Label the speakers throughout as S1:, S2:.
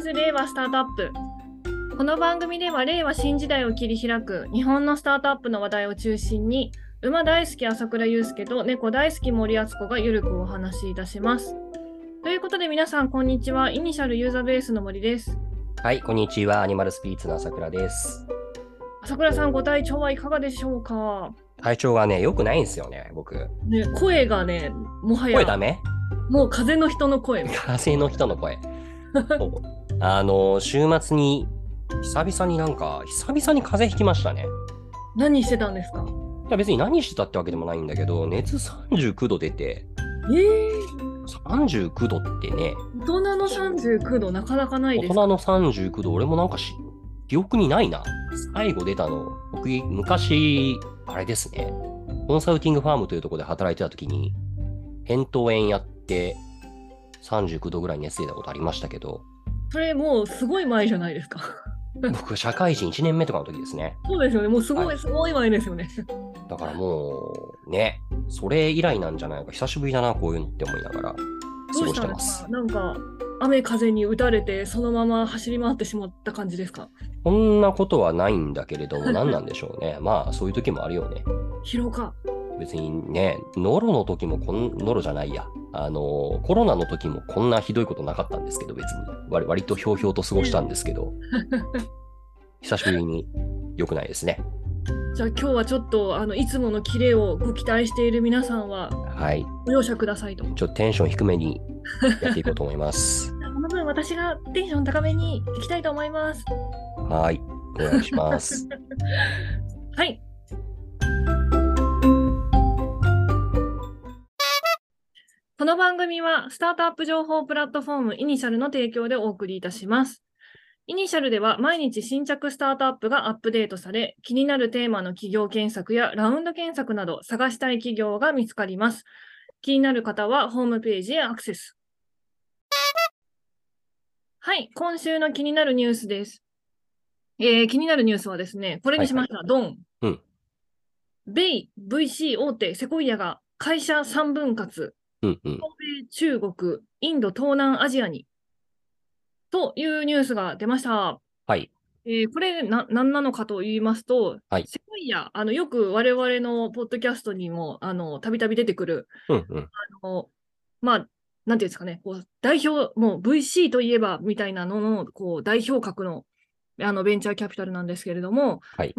S1: ズ令和スタートアップこの番組では令和新時代を切り開く日本のスタートアップの話題を中心に馬大好き朝倉祐介と猫大好き森敦子がゆるくお話しいたしますということで皆さんこんにちはイニシャルユーザーベースの森です
S2: はい、こんにちは。アニマルスピーツの朝倉です。
S1: 朝倉さんご体調はいかがでしょうか、
S2: 体調がね、良くないんですよね、僕。
S1: ね、声がねもは
S2: 声ダ
S1: や
S2: メ
S1: もう風の人の声
S2: 風の人の声。そうあの、週末に、久々になんか、久々に風邪ひきましたね。
S1: 何してたんですか
S2: いや、別に何してたってわけでもないんだけど、熱39度出て、
S1: えー、
S2: 39度ってね、
S1: 大人の39度なかなかない
S2: 大
S1: です
S2: 人の39度、俺もなんかし、記憶にないな。最後出たの、僕、昔、あれですね、コンサルティングファームというところで働いてた時に、扁桃炎やって、39度ぐらい熱出たことありましたけど、
S1: それもうすごい前じゃないですか
S2: 僕、社会人1年目とかの時ですね。
S1: そうですよねもうすご
S2: はいい
S1: すごい前ですよね
S2: だからもう、ね、それ以来なんじゃないか、久しぶりだな、こういうのって思いながら、過
S1: どう
S2: ご
S1: し
S2: したて
S1: んで
S2: ますす
S1: か。なんか雨風に打たれてそのまま走り回ってしまった感じですか
S2: こんなことはないんだけれども、何なんでしょうね。まあ、そういう時もあるよね。
S1: 疲労か
S2: 別にね、ノロの時もこん、ノロじゃないや。あの、コロナの時もこんなひどいことなかったんですけど、別に。割割とひょうひょうと過ごしたんですけど、久しぶりに良くないですね。
S1: じゃあ今日はちょっとあのいつものキレをご期待している皆さんは
S2: はい。
S1: ご容赦くださいと
S2: ちょっとテンション低めにやっていこうと思い ます。
S1: その分私がテンション高めにいきたいと思います
S2: はい。お願いします。
S1: はい。この番組はスタートアップ情報プラットフォームイニシャルの提供でお送りいたします。イニシャルでは毎日新着スタートアップがアップデートされ、気になるテーマの企業検索やラウンド検索など探したい企業が見つかります。気になる方はホームページへアクセス。はい、今週の気になるニュースです。えー気になるニュースはですね、これにしました。ドン。
S2: うん
S1: 米 VC 大手セコイアが会社3分割、
S2: うんうん。
S1: 欧米、中国、インド、東南アジアにというニュースが出ました。
S2: はい。
S1: えーこれな、何なのかと言いますと、
S2: はい
S1: セコイア、あのよく我々のポッドキャストにもあのたびたび出てくる、
S2: うんうん。
S1: あのまあ、なんていうんですかね、こう代表、もう VC といえばみたいなののこう代表格のあのベンチャーキャピタルなんですけれども、
S2: はい。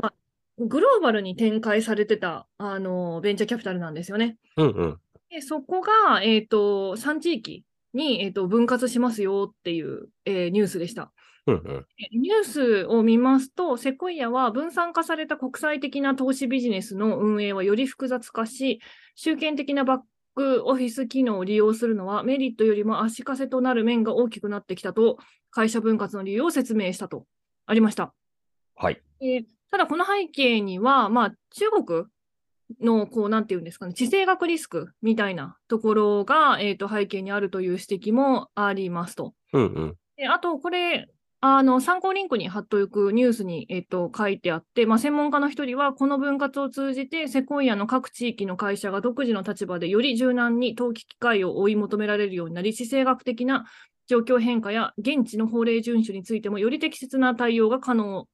S1: グローバルに展開されてたあのベンチャーキャピタルなんですよね。
S2: うんうん。
S1: でそこが、えー、と3地域に、えー、と分割しますよっていう、えーニュースでした。
S2: うんうん。
S1: えニュースを見ますと、セコイアは分散化された国際的な投資ビジネスの運営はより複雑化し、集権的なバックオフィス機能を利用するのはメリットよりも足かせとなる面が大きくなってきたと、会社分割の理由を説明したとありました。
S2: はい。
S1: でただこの背景には、まあ、中国のこうなんていうんですかね地政学リスクみたいなところが、えー、と背景にあるという指摘もありますと。
S2: うんうん。
S1: であとこれあの参考リンクに貼っておくニュースに、えっと書いてあって、まあ、専門家の一人は、この分割を通じて、セコイアの各地域の会社が独自の立場でより柔軟に投機機会を追い求められるようになり、地政学的な状況変化や現地の法令遵守についても、より適切な対応が可能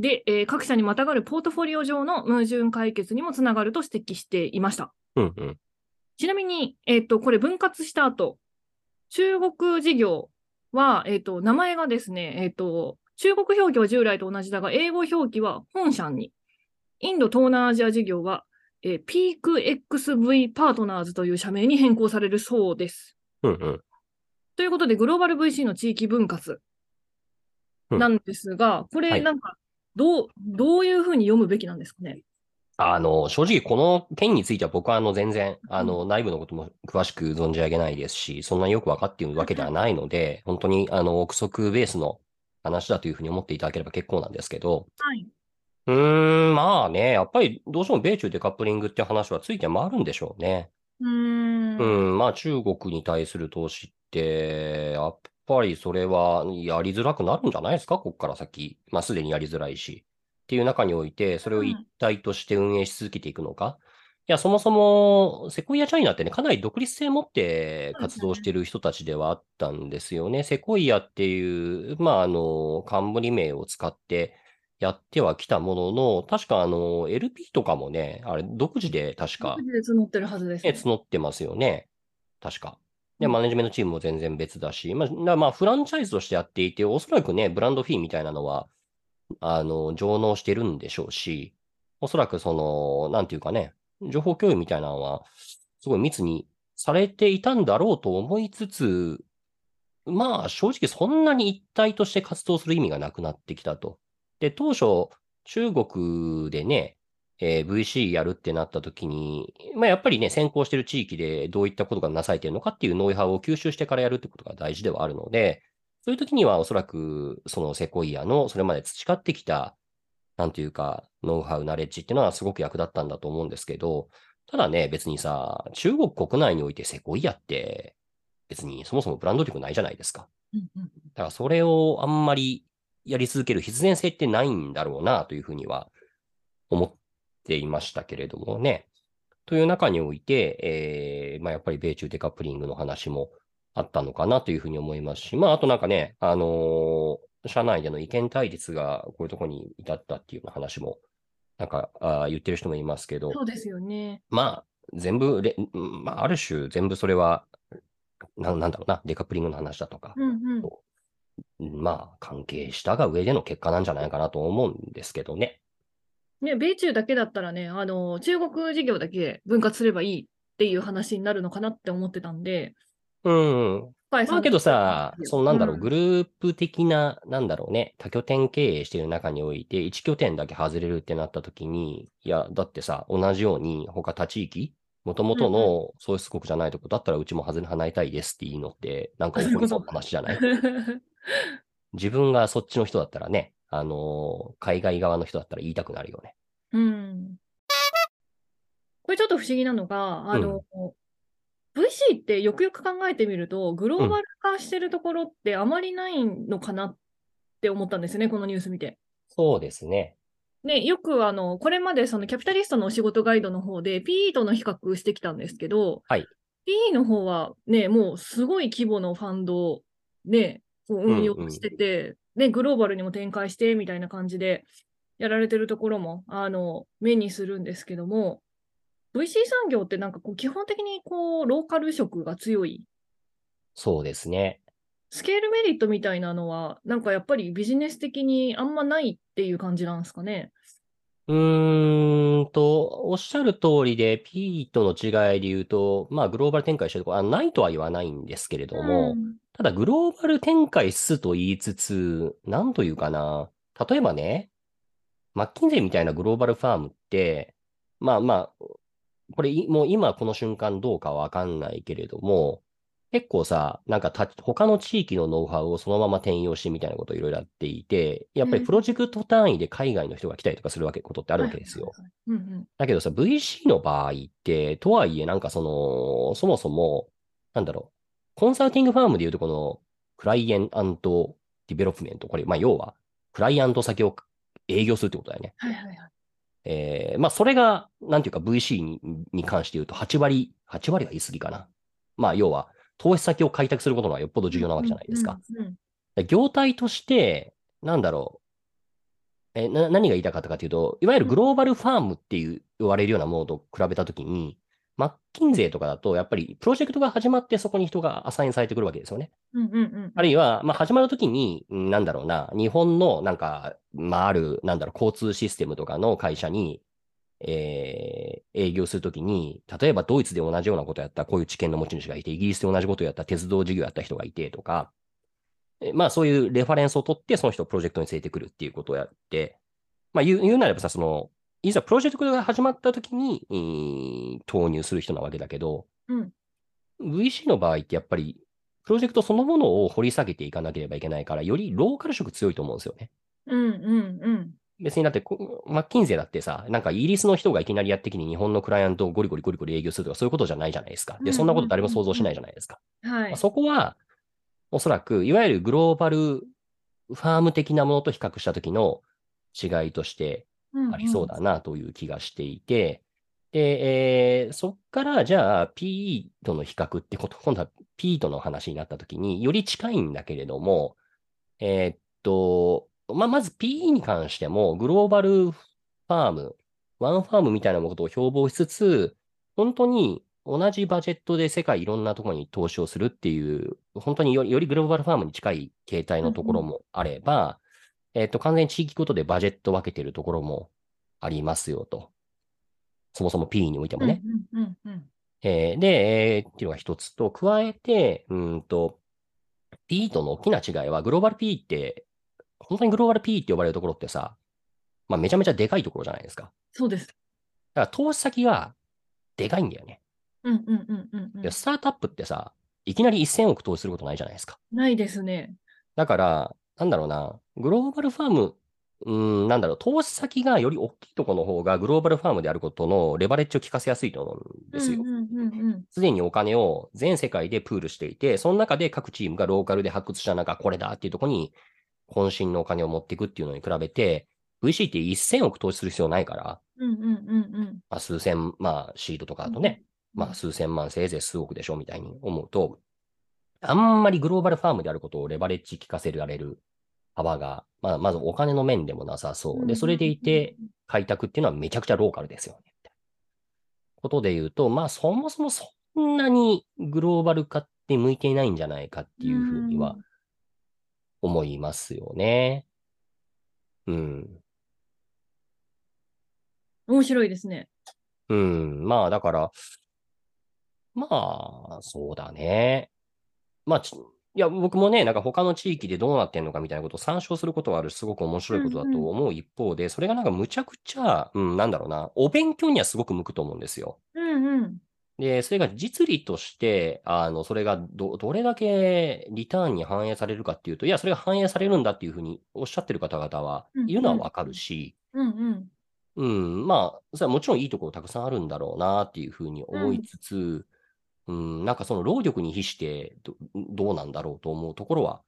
S1: で、えー各社にまたがるポートフォリオ上の矛盾解決にもつながると指摘していました。
S2: うんうん。
S1: ちなみに、えっと、これ分割した後、中国事業は、えっと、名前がですね、えっと、中国表記は従来と同じだが、英語表記は本社に、インド東南アジア事業は、えーピーク XV パートナーズという社名に変更されるそうです。
S2: うんうん。
S1: ということで、グローバル VC の地域分割
S2: うん
S1: なんですが、こ
S2: は
S1: れ、
S2: い
S1: なんか、どう、どういうふうに読むべきなんですかね。
S2: あの、正直この件については僕はあの全然、あの、内部のことも詳しく存じ上げないですし、そんなによく分かっているわけではないので、本当にあの、憶測ベースの話だというふうに思っていただければ結構なんですけど、
S1: はい。
S2: うーん、まあね、やっぱりどうしても米中デカップリングって話はついて回るんでしょうね。
S1: うー。
S2: うんん、まあ中国に対する投資って、やっぱりそれはやりづらくなるんじゃないですか、ここから先。まあすでにやりづらいし。っていう中において、それを一体として運営し続けていくのか。や、そもそも、セコイアチャイナってね、かなり独立性持って活動してる人たちではあったんですよね。セコイアっていう、まあ、あの、冠名を使ってやってはきたものの、確かあの、LP とかもね、あれ、独自で確か
S1: 独、自で募ってるはずです、
S2: ね、
S1: ね。
S2: 募ってますよね。確か。で、
S1: うん
S2: マネジメントチームも全然別だし、まあ、なまあ、フランチャイズとしてやっていて、おそらくね、ブランドフィーみたいなのは、あの、上納してるんでしょうし、おそらくその、なんていうかね、情報共有みたいなのは、すごい密にされていたんだろうと思いつつ、まあ、正直そんなに一体として活動する意味がなくなってきたと。で、当初、中国でね、えー VC やるってなった時に、まあ、やっぱりね、先行してる地域でどういったことがなされてるのかっていうノウハウを吸収してからやるってことが大事ではあるので、そういう時にはおそらく、そのセコイアのそれまで培ってきた、なんというか、ノウハウ、ナレッジっていうのはすごく役立ったんだと思うんですけど、ただね、別にさ、中国国内においてセコイアって、別にそもそもブランド力ないじゃないですか。
S1: うんうん
S2: だからそれをあんまりやり続ける必然性ってないんだろうなというふうには思っていましたけれどもね。という中において、えーまあ、やっぱり米中デカップリングの話もあったのかなというふうに思いますし、まあ、あとなんかね、あのー社内での意見対立がこういうところに至ったっていうような話も、なんかあー言ってる人もいますけど、
S1: そうですよね。
S2: まあ、全部れ、うんまあ、ある種全部それは、ななんだろうな、デカップリングの話だとか、
S1: うんうん。
S2: まあ、関係したが上での結果なんじゃないかなと思うんですけどね。
S1: ね、米中だけだったらね、あの、中国事業だけ分割すればいいっていう話になるのかなって思ってたんで、
S2: うん。
S1: 深井さん
S2: まあけどさ、そのなんだろう、
S1: ん
S2: グループ的な、なんだろうね、多拠点経営している中において、1拠点だけ外れるってなった時に、いや、だってさ、同じように他他地域、もともとの創出国じゃないとこだったらうちも外れ離れたいですっていいのって、なんか起こりそうな話じゃない自分がそっちの人だったらね、あのー海外側の人だったら言いたくなるよね。
S1: うん。これちょっと不思議なのが、あの、VC ってよくよく考えてみると、グローバル化してるところってあまりないのかなって思ったんですよね、このニュース見て。
S2: そうですね。
S1: ね、よくあの、これまでそのキャピタリストのお仕事ガイドの方で PE との比較してきたんですけど、
S2: はい
S1: PE の方はね、もうすごい規模のファンドをね、こう運用
S2: うんうん
S1: してて、で、グローバルにも展開してみたいな感じでやられてるところも、あの、目にするんですけども、VC 産業ってなんかこう基本的にこうローカル色が強い
S2: そうですね。
S1: スケールメリットみたいなのはなんかやっぱりビジネス的にあんまないっていう感じなんですかね。
S2: うーんと、おっしゃる通りで、P との違いで言うと、まあ、グローバル展開してるところ、あないとは言わないんですけれども、
S1: ん
S2: ただ、グローバル展開すと言いつつ、なんというかな、例えばね、マッキンゼーみたいなグローバルファームって、まあまあ、これい、もう今この瞬間どうかわかんないけれども、結構さ、なんかた、他の地域のノウハウをそのまま転用してみたいなことをいろいろやっていて、やっぱり
S1: うん
S2: プロジェクト単位で海外の人が来たりとかするわけ、ことってあるわけですよ。
S1: うんうん
S2: だけどさ、VC の場合って、とはいえ、なんかその、そもそも、なんだろう、コンサルティングファームでいうと、この、クライアントディベロップメント、これ、まあ、要は、クライアント先を営業するってことだよね。
S1: はいはいはい。
S2: えーまあ、それが、なんていうか VC にに関して言うと、8割、8割は言い過ぎかな。まあ、要は、投資先を開拓することのはよっぽど重要なわけじゃないですか。
S1: うんうん
S2: で業態として、なんだろう。え、な、何が言いたかったかというと、いわゆるグローバルファームっていう言われるようなものと比べたときに、マッキンゼーとかだと、やっぱりプロジェクトが始まってそこに人がアサインされてくるわけですよね。
S1: うんうんうん
S2: あるいは、まあ、始まるときに、うんなんだろうな、日本の、なんか、まあ、ある、なんだろう、交通システムとかの会社に、えー営業するときに、例えばドイツで同じようなことをやった、こういう知見の持ち主がいて、イギリスで同じことをやった、鉄道事業をやった人がいてとか、えまあ、そういうレファレンスを取って、その人をプロジェクトに連れてくるっていうことをやって、まあ、言う言うなればさ、その、いざプロジェクトが始まったときに、えー投入する人なわけだけど、
S1: うん
S2: VC の場合ってやっぱり、プロジェクトそのものを掘り下げていかなければいけないから、よりローカル色強いと思うんですよね。
S1: うんうんうん
S2: 別にだってこ、マッキンゼーだってさ、なんかイギリスの人がいきなりやってきに日本のクライアントをゴリゴリゴリゴリ営業するとか、そういうことじゃないじゃないですか。で、そんなこと誰も想像しないじゃないですか。
S1: はい。
S2: そこは、おそらく、いわゆるグローバルファーム的なものと比較した時の違いとして、ありそうだなという気がしていて、で、えーそっから、じゃあ、PE との比較ってこと、今度は PE との話になったときに、より近いんだけれども、えーっと、まあ、まず PE に関しても、グローバルファーム、ワンファームみたいなことを標榜しつつ、本当に同じバジェットで世界いろんなところに投資をするっていう、本当によりよりグローバルファームに近い形態のところもあれば、えーっと、完全に地域ごとでバジェット分けてるところもありますよと。そもそも PE においてもね。
S1: うんうんうんうん
S2: えーで、えーっていうのが一つと、加えて、うーんと、PE との大きな違いは、グローバル PE って、本当にグローバル PE って呼ばれるところってさ、まあ、めちゃめちゃでかいところじゃないですか。
S1: そうです。
S2: だから投資先がでかいんだよね。
S1: うんうんうんうんうん
S2: でスタートアップってさ、いきなり1000億投資することないじゃないですか。
S1: ないですね。
S2: だから、なんだろうな、グローバルファーム、うーん、なんだろう、投資先がより大きいところの方が、グローバルファームであることのレバレッジを効かせやすいと思うんですよ。
S1: うんうんうんうん
S2: すでにお金を全世界でプールしていて、その中で各チームがローカルで発掘した中、これだっていうところに、渾身のお金を持っていくっていうのに比べて、VC って1000億投資する必要ないから、
S1: うんうんうんうん
S2: まあ、数千、まあ、シードとかだとね、まあ、数千万、せいぜい数億でしょみたいに思うと、あんまりグローバルファームであることをレバレッジ効かせられる幅が、まあ、まずお金の面でもなさそう。で、それでいて、、開拓っていうのはめちゃくちゃローカルですよね。みたいなことで言うと、まあそもそもそんなにグローバル化って向いていないんじゃないかっていうふうには
S1: うん
S2: 思いますよね。うん。
S1: 面白いですね。
S2: うん。まあだから、まあそうだね。まあちいや、僕もね、なんか他の地域でどうなってんのかみたいなことを参照することはあるし、すごく面白いことだ
S1: うんう
S2: と
S1: ん
S2: 思う一方で、それがなんかむちゃくちゃ、うん、なんだろうな、お勉強にはすごく向くと思うんですよ。
S1: うんうん。
S2: で、それが実利として、あの、それがど、どれだけリターンに反映されるかっていうと、いや、それが反映されるんだっていうふうにおっしゃってる方々は
S1: うん
S2: いるのはわかるし、
S1: うんうん。
S2: うん、まあ、それはもちろんいいところたくさんあるんだろうなっていうふうに思いつつ、うん、なんかその労力に比してど、どうなんだろうと思うところは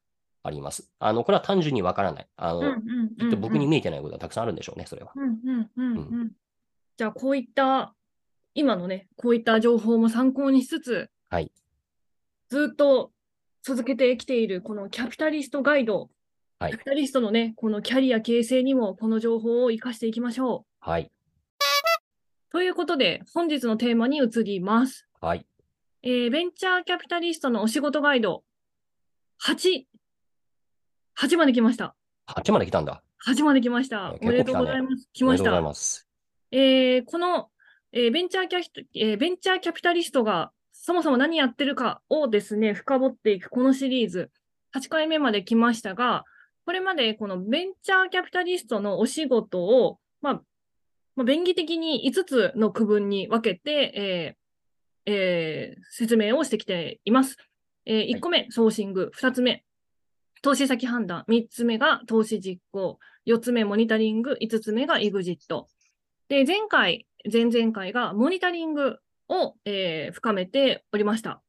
S2: あります。あの、これは単純にわからない。あ
S1: うんうん
S2: の、
S1: うん
S2: きっと僕に見えてないことはたくさんあるんでしょうね、それは。
S1: うんうんうんう。
S2: うん
S1: じゃあ、こういった、今のね、こういった情報も参考にしつつ、
S2: はい
S1: ずっと続けてきている、このキャピタリストガイド、
S2: はい
S1: キャピタリストのね、このキャリア形成にも、この情報を生かしていきましょう。
S2: はい。
S1: ということで、本日のテーマに移ります。
S2: はい。
S1: えーベンチャーキャピタリストのお仕事ガイド、8、8まで来ました。
S2: 8まで来たんだ。
S1: 8まで来ました。
S2: い
S1: お
S2: や
S1: めで
S2: 結
S1: と
S2: 構来たね
S1: うございます。来
S2: おめ
S1: ま
S2: で
S1: し
S2: とうござ
S1: た
S2: い。ます。
S1: えーこの、えーベンチャーキャピ、えーベンチャーキャピタリストがそもそも何やってるかをですね、深掘っていくこのシリーズ、8回目まで来ましたが、これまでこのベンチャーキャピタリストのお仕事を、まあ、まあ、便宜的に5つの区分に分けて、えーえー説明をしてきています。え1個目、ソーシング。2つ目、投資先判断。3つ目が投資実行。4つ目、モニタリング。5つ目がエグジット。で、前回、前々回がモニタリングを、えー深めておりました。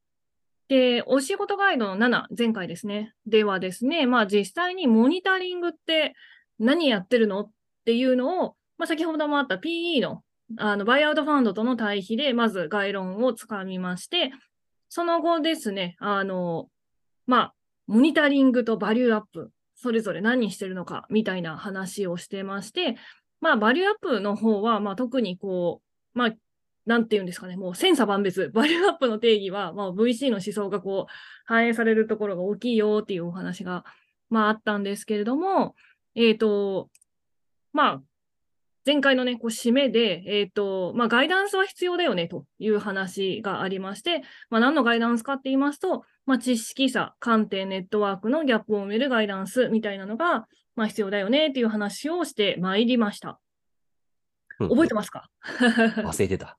S1: で、お仕事ガイドの7、前回ですね。ではですね、まあ実際にモニタリングって何やってるのっていうのを、まあ先ほどもあった PE のあのバイアウトファンドとの対比で、まず概論をつかみまして、その後ですね、あの、まあ、モニタリングとバリューアップ、それぞれ何してるのかみたいな話をしてまして、まあ、バリューアップの方は、まあ、特にこう、まあ、なんていうんですかね、もう千差万別、バリューアップの定義は、まあ、VC の思想がこう反映されるところが大きいよっていうお話が、まあ、あったんですけれども、えっ、と、まあ、前回のね、こう締めで、えっ、と、まあ、ガイダンスは必要だよねという話がありまして、まあ、何のガイダンスかって言いますと、まあ、知識差、観点、ネットワークのギャップを埋めるガイダンスみたいなのが、まあ、必要だよねっていう話をしてまいりました。
S2: うん
S1: 覚えてますか
S2: 忘れてた。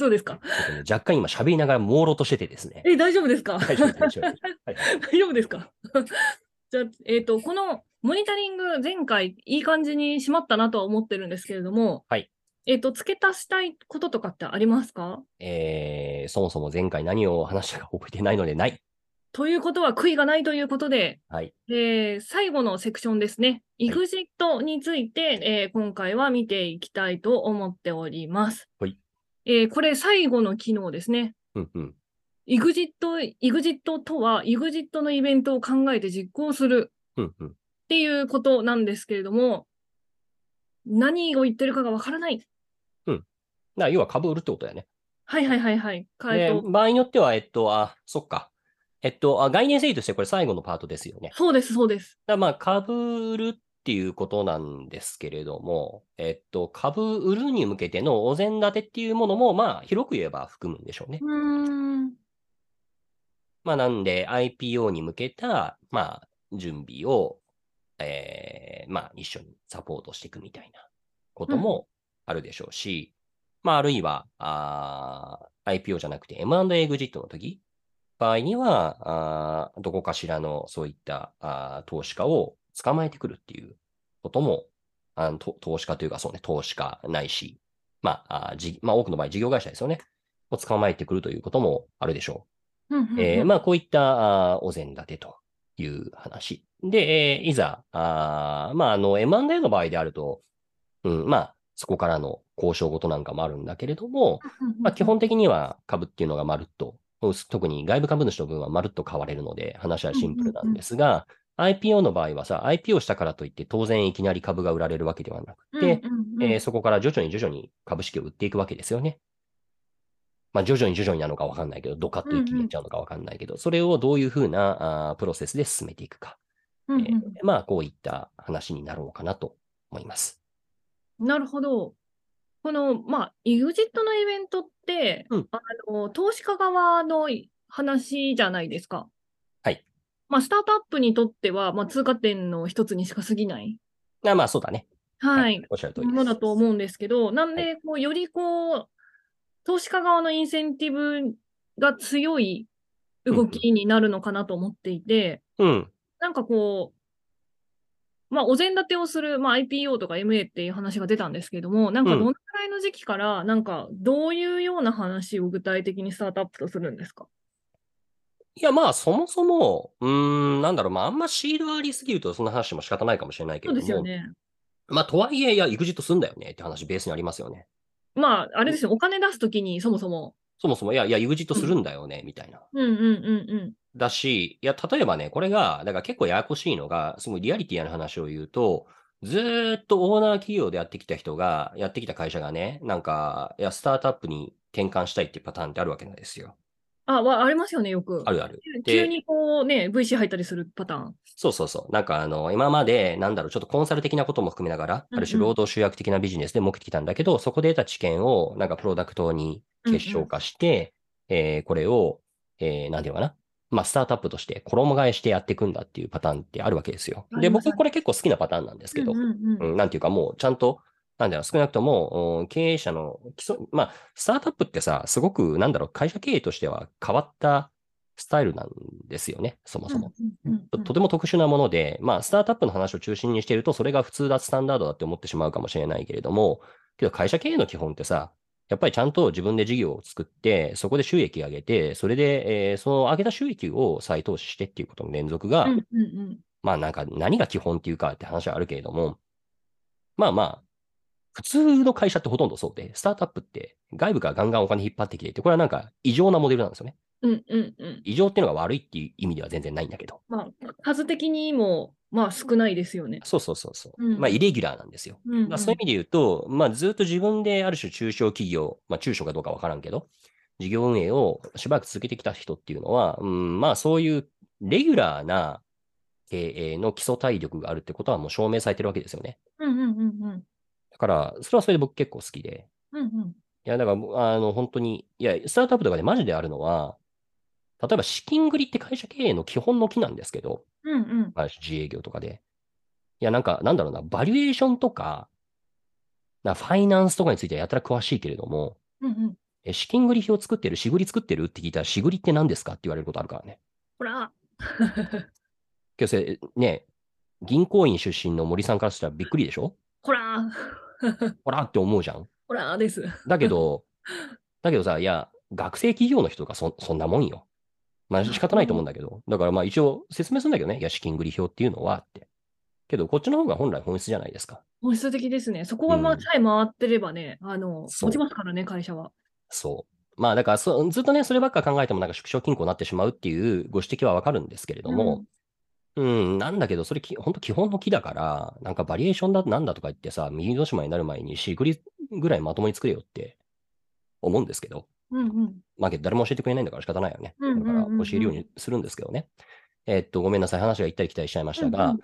S1: そうですか。
S2: ちょっとね若干今喋りながら朦朧としててですね。
S1: え、大丈夫ですか
S2: 大丈夫、大丈夫。はいは
S1: 大
S2: い
S1: 丈夫ですか じゃあ、えっ、と、このモニタリング、前回いい感じに締まったなとは思ってるんですけれども、
S2: はい。
S1: えっ、と、付け足したいこととかってありますか
S2: えーそもそも前回何を話したか覚えてないのでない。
S1: ということは、悔いがないということで、
S2: はい。
S1: えー最後のセクションですね。EXIT について、えー今回は見ていきたいと思っております。
S2: はい
S1: えーこれ最後の機能ですね。
S2: うんうん。
S1: EXIT、EXIT とは EXIT のイベントを考えて実行する
S2: うんうん。
S1: っていうことなんですけれども、何を言ってるかがわからない。
S2: だから要は株売るってことだよね。
S1: はいはいはいはい。え
S2: で、
S1: っと
S2: 場合によっては、えっと、あ、そっか。えっと、あ概念整理としてこれ最後のパートですよね。
S1: そうです、そうです。
S2: だからまあ、株売るっていうことなんですけれども、えっと、株売るに向けてのお膳立てっていうものも、まあ、広く言えば含むんでしょうね。
S1: うーん。
S2: まあ、なんで、IPO に向けた、まあ、準備を、えー、まあ、一緒にサポートしていくみたいなこともあるでしょうし、まあ、あるいは、あー IPO じゃなくて M&A exit の時、場合には、あーどこかしらのそういったあー投資家を捕まえてくるっていうことも、あのと投資家というか、そうね、投資家ないし、まあ、あーじまあ、多くの場合、事業会社ですよね、を捕まえてくるということもあるでしょう。えーまあ、こういったあーお膳立てという話。で、えーいざ、あーまあ、あの、M&A の場合であると、うん、まあ、そこからの交渉事なんかもあるんだけれども、まあ、基本的には株っていうのがまるっと、特に外部株主の分はまるっと買われるので、話はシンプルなんですが、IPO の場合はさ、IPO したからといって当然いきなり株が売られるわけではなくて、えーそこから徐々に徐々に株式を売っていくわけですよね。まあ、徐々に徐々になのか分かんないけど、ドカッと一気にやっちゃうのか分かんないけど、それをどういうふうなあープロセスで進めていくか、
S1: うんうんうんうんうんうん
S2: えーまあ、こういった話になろうかなと思います。
S1: なるほど。この、まあ、EXIT のイベントって、
S2: うん
S1: あの、投資家側の話じゃないですか。
S2: はい。
S1: まあ、スタートアップにとっては、まあ、通過点の一つにしか過ぎない。
S2: あまあ、そうだね。
S1: はい。
S2: おっしゃる通りです。
S1: ものだと思うんですけど、なん
S2: は
S1: で、こう、よりこう、投資家側のインセンティブが強い動きになるのかなと思っていて、
S2: うん。
S1: なんかこう、まあ、お膳立てをする、まあ、IPO とか MA っていう話が出たんですけども、なんか
S2: うん
S1: どのくらいの時期から、なんかどういうような話を具体的にスタートアップとするんですか
S2: いや、まあ、そもそも、うーん、なんだろう、まあ、あんまシードありすぎると、そんな話も仕方ないかもしれないけ
S1: そ
S2: れ
S1: う
S2: ど
S1: で
S2: も、
S1: すよね。
S2: まあ、とはいえ、いや、EXIT すんだよねって話、ベースにありますよね。
S1: まあ、あれですよ、お金出すときにそもそも。
S2: そもそも、いや、いや、EXIT するんだよね、みたいな。
S1: うんうんうん
S2: だし、いや、例えばね、これが、だから結構ややこしいのが、すごいリアリティな話を言うと、ずーっとオーナー企業でやってきた人が、やってきた会社がね、なんか、いや、スタートアップに転換したいっていうパターンってあるわけなんですよ。
S1: あ、わありますよね、よく。
S2: あるある。で
S1: 急にこうね、VC 入ったりするパターン。
S2: そうそうそう。なんかあの、今まで、なんだろう、ちょっとコンサル的なことも含めながら、
S1: うんうん
S2: ある種労働集約的なビジネスで儲けてきたんだけど、そこで得た知見を、なんかプロダクトに結晶化して、えーこれを、えーなんていうのかな。まあ、スタートアップとして衣替えしてやっていくんだっていうパターンってあるわけですよ。
S1: あ
S2: で、
S1: ります
S2: 僕これ結構好きなパターンなんですけど
S1: うん、うん
S2: うん、なんていうかもうちゃんと、なんだろう、少なくとも、うん経営者の基礎、まあ、スタートアップってさ、すごく、なんだろう、会社経営としては変わったスタイルなんですよね、そもそも。
S1: うんうんう
S2: と
S1: ん
S2: とても特殊なもので、まあ、スタートアップの話を中心にしていると、それが普通だ、スタンダードだって思ってしまうかもしれないけれども、けど会社経営の基本ってさ、やっぱりちゃんと自分で事業を作って、そこで収益上げて、それで、えーその上げた収益を再投資してっていうことの連続が、
S1: うんうんうん
S2: まあなんか何が基本っていうかって話はあるけれども、まあまあ、普通の会社ってほとんどそうで、スタートアップって外部からガンガンお金引っ張ってきてて、これはなんか異常なモデルなんですよね。
S1: うんうんうん。
S2: 異常っていうのが悪いっていう意味では全然ないんだけど。
S1: まあ、数的にも、まあ少ないですよね。
S2: そうそうそうそう。
S1: うん
S2: まあイレギュラーなんですよ。
S1: うんうん
S2: まあ、そういう意味で言うと、まあ、ずっと自分である種中小企業、まあ、中小かどうかわからんけど、事業運営をしばらく続けてきた人っていうのは、うん、まあそういうレギュラーな経営の基礎体力があるってことはもう証明されてるわけですよね。
S1: うんうんうんうん
S2: だから、それはそれで僕結構好きで。
S1: うんうん
S2: いや、だから、あの、本当に、いや、スタートアップとかでマジであるのは、例えば資金繰りって会社経営の基本の木なんですけど、
S1: うんうん
S2: まあ自営業とかで。いや、なんか、なんだろうな、バリュエーションとか、なファイナンスとかについてはやたら詳しいけれども、
S1: うんうん。
S2: え資金繰り表作ってる、しぐり作ってるって聞いたら、しぐりって何ですかって言われることあるからね。
S1: ほら。
S2: 今日それね、銀行員出身の森さんからしたらびっくりでしょ
S1: ほら。
S2: ほらって思うじゃん。
S1: ほらです。
S2: だけど、だけどさ、いや、学生企業の人がそそんなもんよ。まあ仕方ないと思うんだけど、だからまあ一応説明するんだけどね、いや、資金繰り表っていうのはって。けど、こっちの方が本来本質じゃないですか。
S1: 本質的ですね。そこはま
S2: う
S1: あ、
S2: ん
S1: さえ回ってればね、あの、
S2: そう
S1: 持ちますからね、会社は。
S2: そう。まあだからそずっとね、そればっか考えてもなんか縮小均衡になってしまうっていうご指摘はわかるんですけれども、うん、なんだけど、それき、ほんと基本の木だから、なんかバリエーションだ、なんだとか言ってさ、右の島になる前に、しぐりぐらいまともに作れよって思うんですけど、
S1: うんうん。
S2: まあけど誰も教えてくれないんだから仕方ないよね。
S1: うんうんうんうん
S2: だから教えるようにするんですけどね。えっと、ごめんなさい、話が行ったり来たりしちゃいましたが、
S1: うんうん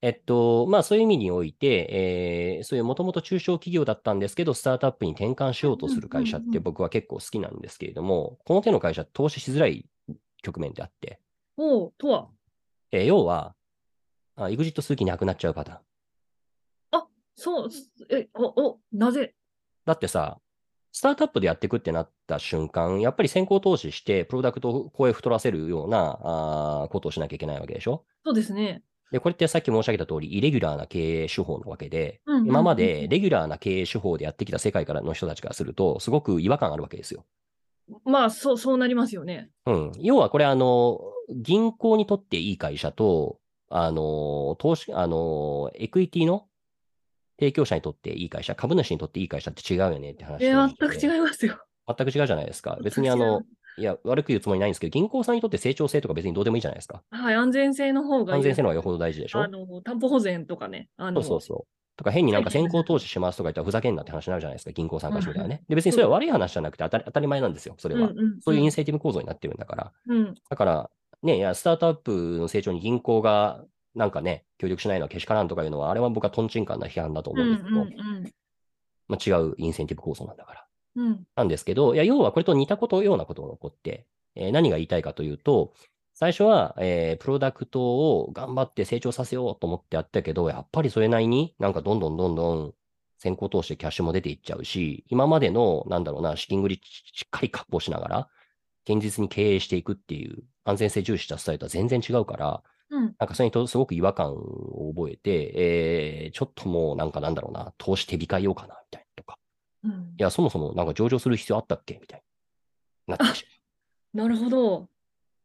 S2: えっと、まあそういう意味において、えーそういうもともと中小企業だったんですけど、スタートアップに転換しようとする会社っ
S1: うんうんうん
S2: て僕は結構好きなんですけれども、この手の会社、投資しづらい局面であって、
S1: おう、とは。
S2: えー要は、あ EXIT する気なくなっちゃうパターン。
S1: そう、すえ、お、お、なぜ
S2: だってさ、スタートアップでやっていくってなった瞬間、やっぱり先行投資して、プロダクトを声太らせるようなあーことをしなきゃいけないわけでしょ
S1: そうですね。
S2: で、これってさっき申し上げた通り、イレギュラーな経営手法なわけで、
S1: うんうんうん
S2: 今までレギュラーな経営手法でやってきた世界からの人たちからすると、すごく違和感あるわけですよ。
S1: まあ、そう、そうなりますよね。
S2: うん。要はこれ、あの、銀行にとっていい会社と、あの、投資、あの、エクイティの提供者にとっていい会社、株主にとっていい会社って違うよねって話
S1: え、
S2: を
S1: 全く
S2: して
S1: 違いますよ。
S2: 全く違うじゃないですか。別にあ
S1: 全く違う
S2: の、いや、悪く言うつもりないんですけど、銀行さんにとって成長性とか別にどうでもいいじゃないですか。
S1: はい、安全性の方がいい
S2: 安全性の方がよほど大事でしょ
S1: あ。の、担保保全とかね。あ
S2: そ
S1: の
S2: うそうそう。とか変になんか
S1: 大事
S2: 先行投資しますとか言ったらふざけんなって話になるじゃない ですか、銀行さんからしてみたらね。で、別にそれは悪い話じゃなくて当たり当たり前なんですよ、それは。
S1: んうんん、
S2: そういうインセンティブ構造になってるんだから。
S1: うん、
S2: だから、ね、いや、スタートアップの成長に銀行がなんかね、協力しないのはけしからんとかいうのは、あれは僕はトンチンカンな批判だと
S1: うん、う
S2: 思うんですけど、
S1: ん、
S2: まあ、違うインセンティブ構造なんだから。
S1: うん、うん、
S2: なんですけど、いや、要はこれと似たこと、ようなことが起こって、えー何が言いたいかというと、最初は、えープロダクトを頑張って成長させようと思ってやったけど、やっぱりそれなりになんかどんどんどんどん先行投資でキャッシュも出ていっちゃうし、今までの、なんだろうな、資金繰りしっかり確保しながら、現実に経営していくっていう安全性重視したスタイルとは全然違うから、
S1: うん、
S2: なんかそれにとすごく違和感を覚えて、えーちょっともうなんかなんだろうな、投資手控えようかな、みたいなとか。
S1: うん
S2: い。や、そもそもなんか上場する必要あったっけみたいになってし
S1: なるほど。
S2: ま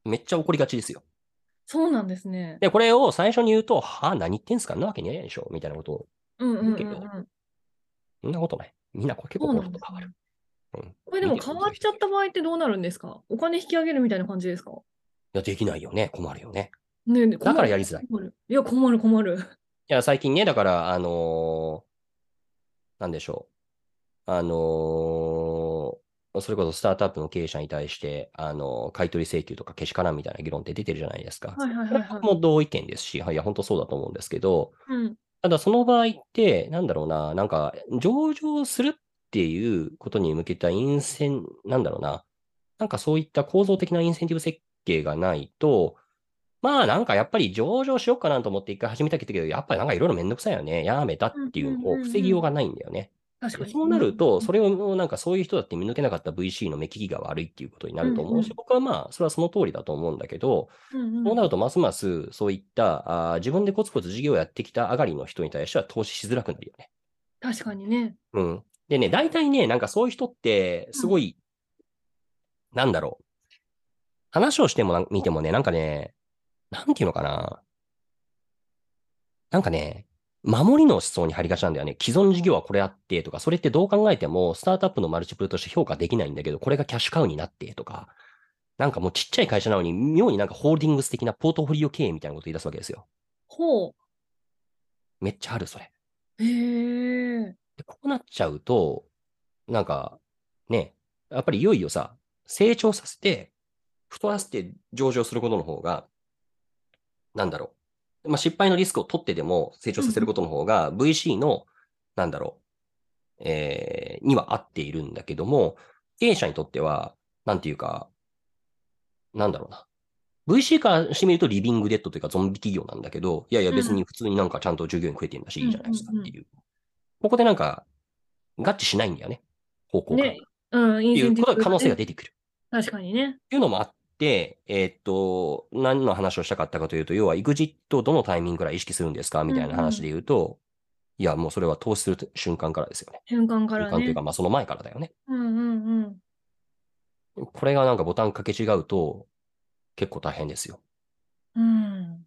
S2: う。めっちゃ怒りがちですよ。
S1: そうなんですね。
S2: で、これを最初に言うと、はあ、何言ってんすかんなわけにないでしょみたいなことを。
S1: うん、うん、うん、
S2: だけ
S1: う
S2: ど
S1: ん。
S2: そんなことない。みんなこれ結
S1: そ
S2: 構
S1: う
S2: こ
S1: な
S2: うい
S1: ん
S2: うこ
S1: で
S2: と変わる。
S1: すね。
S2: うん
S1: これでも変わっちゃった場合ってどうなるんですかお金引き上げるみたいな感じですか
S2: いや、できないよね。困るよね。
S1: ねえねえ
S2: だからやりづらい。
S1: 困るいや、困る、困る。
S2: いや、最近ね、だから、あのーなんでしょう。あのーそれこそスタートアップの経営者に対して、あのー買取請求とかけしからんみたいな議論って出てるじゃないですか。
S1: はいはい
S2: こ
S1: はい
S2: れ
S1: はい。
S2: も同意見ですし、はいいや、本当そうだと思うんですけど、
S1: うん、
S2: ただその場合って、なんだろうな、なんか、上場するっていうことに向けたインセン、なんだろうな、なんかそういった構造的なインセンティブ設計がないと、まあなんかやっぱり上場しようかなと思って一回始めたけど、やっぱりなんかいろいろめんどくさいよね。やめたっていうのを防ぎようがないんだよね。
S1: 確かに。
S2: そうなると、そ
S1: れ、
S2: れをなんかそういう人だって見抜けなかった VC の目利きが悪いっていうことになると思う
S1: うんう
S2: し、僕はまあそれはその通りだと思うんだけど、
S1: うんうん
S2: そうなると、ますますそういったあー自分でコツコツ事業をやってきた上がりの人に対しては投資しづらくなるよね。
S1: 確かにね。
S2: うん。でね、大体ね、なんかそういう人って、すごい、なんだろう。話をしてもな、見てもね、なんかね、なんていうのかな。なんかね、守りの思想に入りがちなんだよね。既存事業はこれあってとか、それってどう考えても、スタートアップのマルチプルとして評価できないんだけど、これがキャッシュカウになってとか、なんかもうちっちゃい会社なのに、妙になんかホールディングス的なポートフォリオ経営みたいなこと言い出すわけですよ。
S1: ほ
S2: めっちゃある、それ。
S1: う。へえ。
S2: でこうなっちゃうと、なんか、ね、やっぱりいよいよさ、成長させて、太らせて上場することの方が、なんだろう。まあ、失敗のリスクを取ってでも成長させることの方が、VC の、なんだろう、えーには合っているんだけども、経営者にとっては、なんていうか、なんだろうな。VC からしてみるとリビングデッドというかゾンビ企業なんだけど、いやいや別に普通になんかちゃんと従業員増えてるんだし、いいじゃないですかっていう。ここでなんか、合致しないんだよね。方向が。
S1: ね、うん、
S2: っ
S1: イ
S2: て
S1: ン
S2: い
S1: セン
S2: う
S1: ティ
S2: こと
S1: ブ
S2: が可能性が
S1: ね
S2: 出てくる。
S1: 確かにね。
S2: っていうのもあって、えーっと、何の話をしたかったかというと、要は EXIT をどのタイミングから意識するんですかみたいな話で言うと、いや、もうそれは投資する瞬間からですよね。
S1: 瞬間か
S2: 瞬
S1: ら
S2: 間とい
S1: ね
S2: うか、。まあその前からだよね。
S1: うんうんうん。
S2: これがなんかボタンかけ違うと、結構大変ですよ。
S1: うん。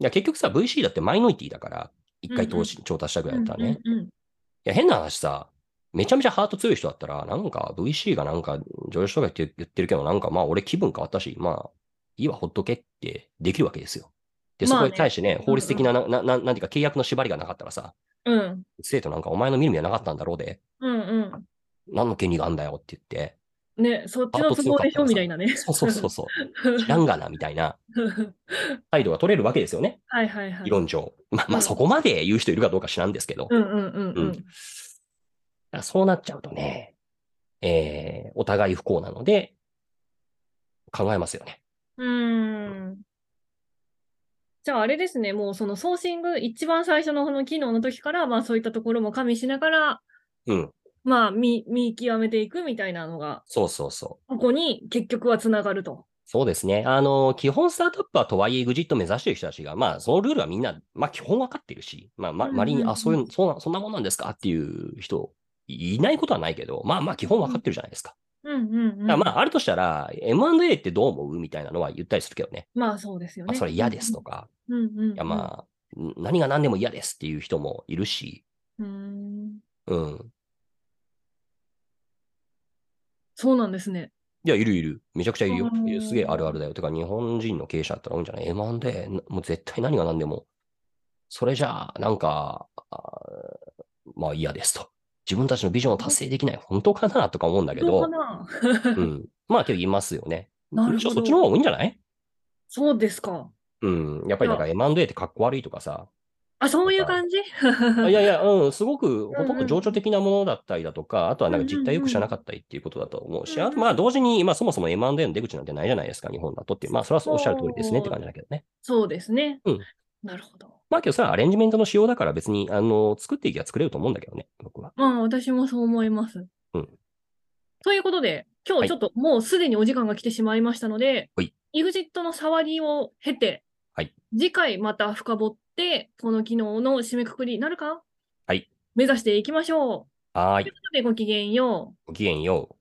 S2: いや、結局さ、VC だってマイノリティだから、一回投資、調達したぐらいだったらね。
S1: うんうんうん
S2: いや、変な話さ、めちゃめちゃハート強い人だったら、なんか VC がなんか上司とか言って言ってるけど、なんかまあ俺気分変わったし、まあいいわ、ほっとけってできるわけですよ。で、そ
S1: まあ
S2: こ
S1: ね
S2: に対してね、
S1: うん
S2: 法律的な、な、な、ななんていうか契約の縛りがなかったらさ、
S1: うん。
S2: 生徒なんかお前の見る目はなかったんだろうで、
S1: うんう
S2: 何の権利があんだよって言って、
S1: ん。ね、そっちの都合でしょみたいなね。
S2: そうそうそ うそう、知らんがな、みたいな態度が取れるわけですよね、
S1: はいはいはい
S2: 理。論上。まあま
S1: う
S2: あ
S1: ん
S2: そこまで言う人いるかどうか知らんですけど、
S1: うんうんうんう
S2: うんん。だからそうなっちゃうとね、えー、お互い不幸なので、考えますよね。
S1: うーんじゃああれですね、もうそのソーシング、一番最初のこの機能の時から、まあそういったところも加味しながら、
S2: うん。
S1: まあ見見極めていくみたいなのが、
S2: そうそうそう。
S1: ここに結局はつながると。
S2: そうですね。あの、基本スタートアップはとはいえ EXIT 目指してる人たちが、まあ、そのルールはみんな、まあ、基本わかってるし、まあ、ま、
S1: うんうんうん
S2: まりに、あ、そういう、そうな、そんなもんなんですかっていう人、いないことはないけど、まあまあ、基本わかってるじゃないですか。
S1: うんうん、うん。
S2: だからまあ、あるとしたら、M&A ってどう思うみたいなのは言ったりするけどね。
S1: まあそうですよ
S2: あ、
S1: ね。
S2: それ嫌ですとか、
S1: うんうんうん。
S2: いや、まあ、ん何が何でも嫌ですっていう人もいるし、
S1: うーん。
S2: うん。
S1: そうなんですね。
S2: いや、いるいる。めちゃくちゃいるよ
S1: あ。ー
S2: いやすげえあるあるだよ。てか、日本人の経営者だったら多いんじゃない ?M&A、なもう絶対何が何でも、それじゃあ、なんか、あーまあ嫌ですと。自分たちのビジョンを達成できない、本当かなとか思うんだけ
S1: どう
S2: ど
S1: か、な
S2: うん。まあ、けどいますよね。
S1: なる
S2: むしろ
S1: ほ
S2: そ
S1: ど
S2: っちの方が多いんじゃない
S1: そうですか。
S2: うん。やっぱりなんか M&A ってかっこ悪いとかさ、
S1: あ、そういう感じ
S2: あいやいや、うん、すごく
S1: ん
S2: ほとんど情緒的なものだったりだとか、あとはなんか実態よく知らなかったりっていうことだと思うし、
S1: うんうん
S2: あとまあ同時に、まあそもそも M&A の出口なんてないじゃないですか、日本だとっていう。まあそれはおっしゃる通りですねって感じだけどね。
S1: そうですね。
S2: うん
S1: なるほど。
S2: まあ今日さ、アレンジメントの仕様だから別に、あの、作っていけば作れると思うんだけどね、僕は。
S1: まあ私もそう思います。
S2: うん
S1: ということで、今
S2: は
S1: 日
S2: い
S1: ちょっともうすでにお時間が来てしまいましたので、
S2: はい
S1: EXIT の触りを経て、
S2: はい
S1: 次回また深掘って、この機能の締めくくりになるか、
S2: はい
S1: 目指していきましょう。
S2: はー
S1: とい。
S2: いう
S1: ことで、ごきげんよう。
S2: ごきげんよう。